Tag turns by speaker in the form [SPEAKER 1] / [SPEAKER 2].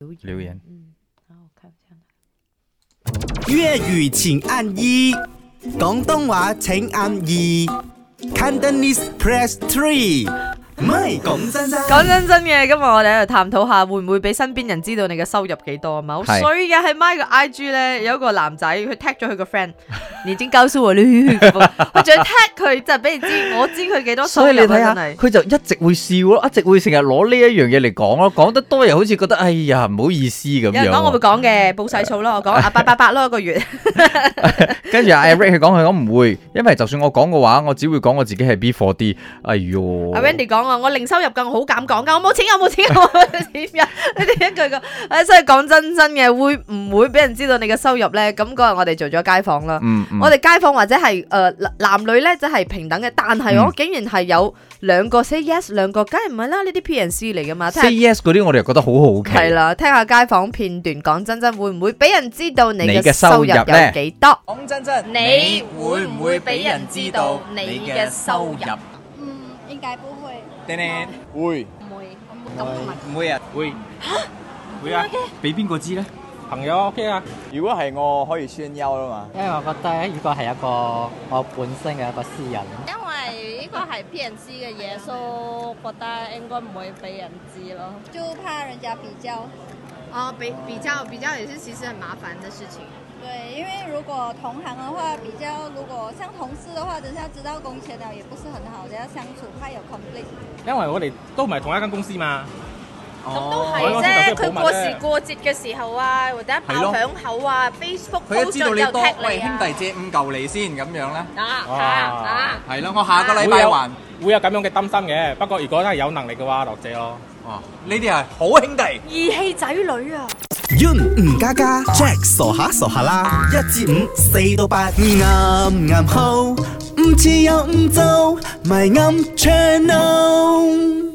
[SPEAKER 1] 留言
[SPEAKER 2] 留言
[SPEAKER 1] 嗯，然后我看一下哪
[SPEAKER 3] 粤语请按一，广东话请按二，Cantonese press three。唔係講真真，
[SPEAKER 1] 講真真嘅，今日我哋喺度探討下，會唔會俾身邊人知道你嘅收入幾多啊嘛？好衰
[SPEAKER 2] 係
[SPEAKER 1] 嘅喺 My 個 IG 咧，有一個男仔佢 tag 咗佢 個 friend，你已經告訴我了，佢仲要 tag 佢，就係俾你知，我知佢幾多收
[SPEAKER 2] 所
[SPEAKER 1] 入
[SPEAKER 2] 以你睇下，
[SPEAKER 1] 啊！真係
[SPEAKER 2] 佢就一直會笑咯，一直會成日攞呢一樣嘢嚟講咯，講得多又好似覺得哎呀唔好意思咁
[SPEAKER 1] 有人
[SPEAKER 2] 樣
[SPEAKER 1] 講我會
[SPEAKER 2] 喎。
[SPEAKER 1] 講嘅，報細數咯，我講啊八八八咯一個月，
[SPEAKER 2] 跟住阿 Eric 佢講佢講唔會，因為就算我講嘅話，我只會講我自己係 B for D。哎哟，
[SPEAKER 1] 阿 Wendy 講啊，我零收入㗎，我好敢講㗎，我冇錢㗎，我冇錢 㗎，我冇錢㗎，你哋一句講，誒，所以講真真嘅，會唔會俾人知道你嘅收入咧？咁嗰日我哋做咗街訪啦。
[SPEAKER 2] 嗯，嗯
[SPEAKER 1] 我哋街坊或者係誒、呃男男女咧，就係平等嘅，但係我
[SPEAKER 2] 嗯
[SPEAKER 1] 竟然係有兩個 say yes，兩個梗係唔係啦？呢啲 P and C 嚟噶嘛？聽
[SPEAKER 2] say yes 嗰啲我哋又覺得好好
[SPEAKER 1] 係
[SPEAKER 2] 奇。
[SPEAKER 1] 啦，聽下街坊片段，講真真會唔會俾人知道你
[SPEAKER 2] 你
[SPEAKER 1] 嘅
[SPEAKER 2] 嘅收
[SPEAKER 1] 收入
[SPEAKER 2] 入呢
[SPEAKER 1] 有幾多？
[SPEAKER 4] 講真真，
[SPEAKER 1] 你
[SPEAKER 4] 你
[SPEAKER 1] 會
[SPEAKER 4] 會
[SPEAKER 1] 唔
[SPEAKER 4] 唔
[SPEAKER 1] 會
[SPEAKER 4] 會
[SPEAKER 1] 俾
[SPEAKER 4] 俾
[SPEAKER 1] 人
[SPEAKER 4] 人
[SPEAKER 1] 知
[SPEAKER 4] 知
[SPEAKER 1] 道
[SPEAKER 4] 道
[SPEAKER 1] 你
[SPEAKER 4] 你
[SPEAKER 1] 嘅
[SPEAKER 4] 嘅
[SPEAKER 1] 收
[SPEAKER 4] 收
[SPEAKER 1] 入
[SPEAKER 4] 入？
[SPEAKER 5] 嗯，應該不會，
[SPEAKER 4] 叮叮，
[SPEAKER 6] 會
[SPEAKER 5] 唔會，咁同埋
[SPEAKER 4] 唔會啊，會
[SPEAKER 6] 會啊，俾邊個知咧？朋友 OK 啊。
[SPEAKER 4] 如果係我可以宣休啦嘛。
[SPEAKER 7] 因為我覺得呢個係一個我本身嘅一個私人。
[SPEAKER 5] 因為呢個係 PNC 嘅嘢，所以我覺得應該唔會俾人知咯。就怕人家比較。
[SPEAKER 8] 哦，比比较比较也是其实很麻烦的事情。
[SPEAKER 5] 对，因為如果同行的話，比較如果像同事的話，等下知道工錢了，也不是很好，等下相處怕有 conflict。
[SPEAKER 6] 因為我哋都唔係同一間公司嘛。
[SPEAKER 8] 咁
[SPEAKER 7] 哦
[SPEAKER 8] 都係
[SPEAKER 6] 我
[SPEAKER 8] 啫，
[SPEAKER 6] 覺得佢
[SPEAKER 8] 佢
[SPEAKER 6] 保
[SPEAKER 8] 過
[SPEAKER 6] 密
[SPEAKER 8] 時
[SPEAKER 6] 啫
[SPEAKER 8] 過節嘅時候啊，或者一
[SPEAKER 4] 係
[SPEAKER 8] 爆
[SPEAKER 4] 咯
[SPEAKER 8] 響口啊，Facebook
[SPEAKER 4] 佢一
[SPEAKER 8] post
[SPEAKER 4] 知道
[SPEAKER 8] 咗
[SPEAKER 4] 你
[SPEAKER 8] 又
[SPEAKER 4] 多，
[SPEAKER 8] 踢
[SPEAKER 4] 喂
[SPEAKER 8] 你
[SPEAKER 4] 兄
[SPEAKER 8] 啊
[SPEAKER 4] 弟！借五嚿嚟先咁樣咧。
[SPEAKER 8] 啊
[SPEAKER 6] 哇
[SPEAKER 8] 啊啊！
[SPEAKER 4] 係咯，我下個禮
[SPEAKER 6] 會
[SPEAKER 4] 拜
[SPEAKER 6] 有
[SPEAKER 4] 還。
[SPEAKER 6] 會有咁樣嘅擔心嘅，不過如果真係有能力嘅話，落借咯。
[SPEAKER 4] 哦，呢啲係好兄弟。
[SPEAKER 8] 義氣仔女啊！
[SPEAKER 3] Yun 吳家家，Jack 傻下傻下啦，一至五，四到八，啱啱好，唔似又唔做，咪啱 channel。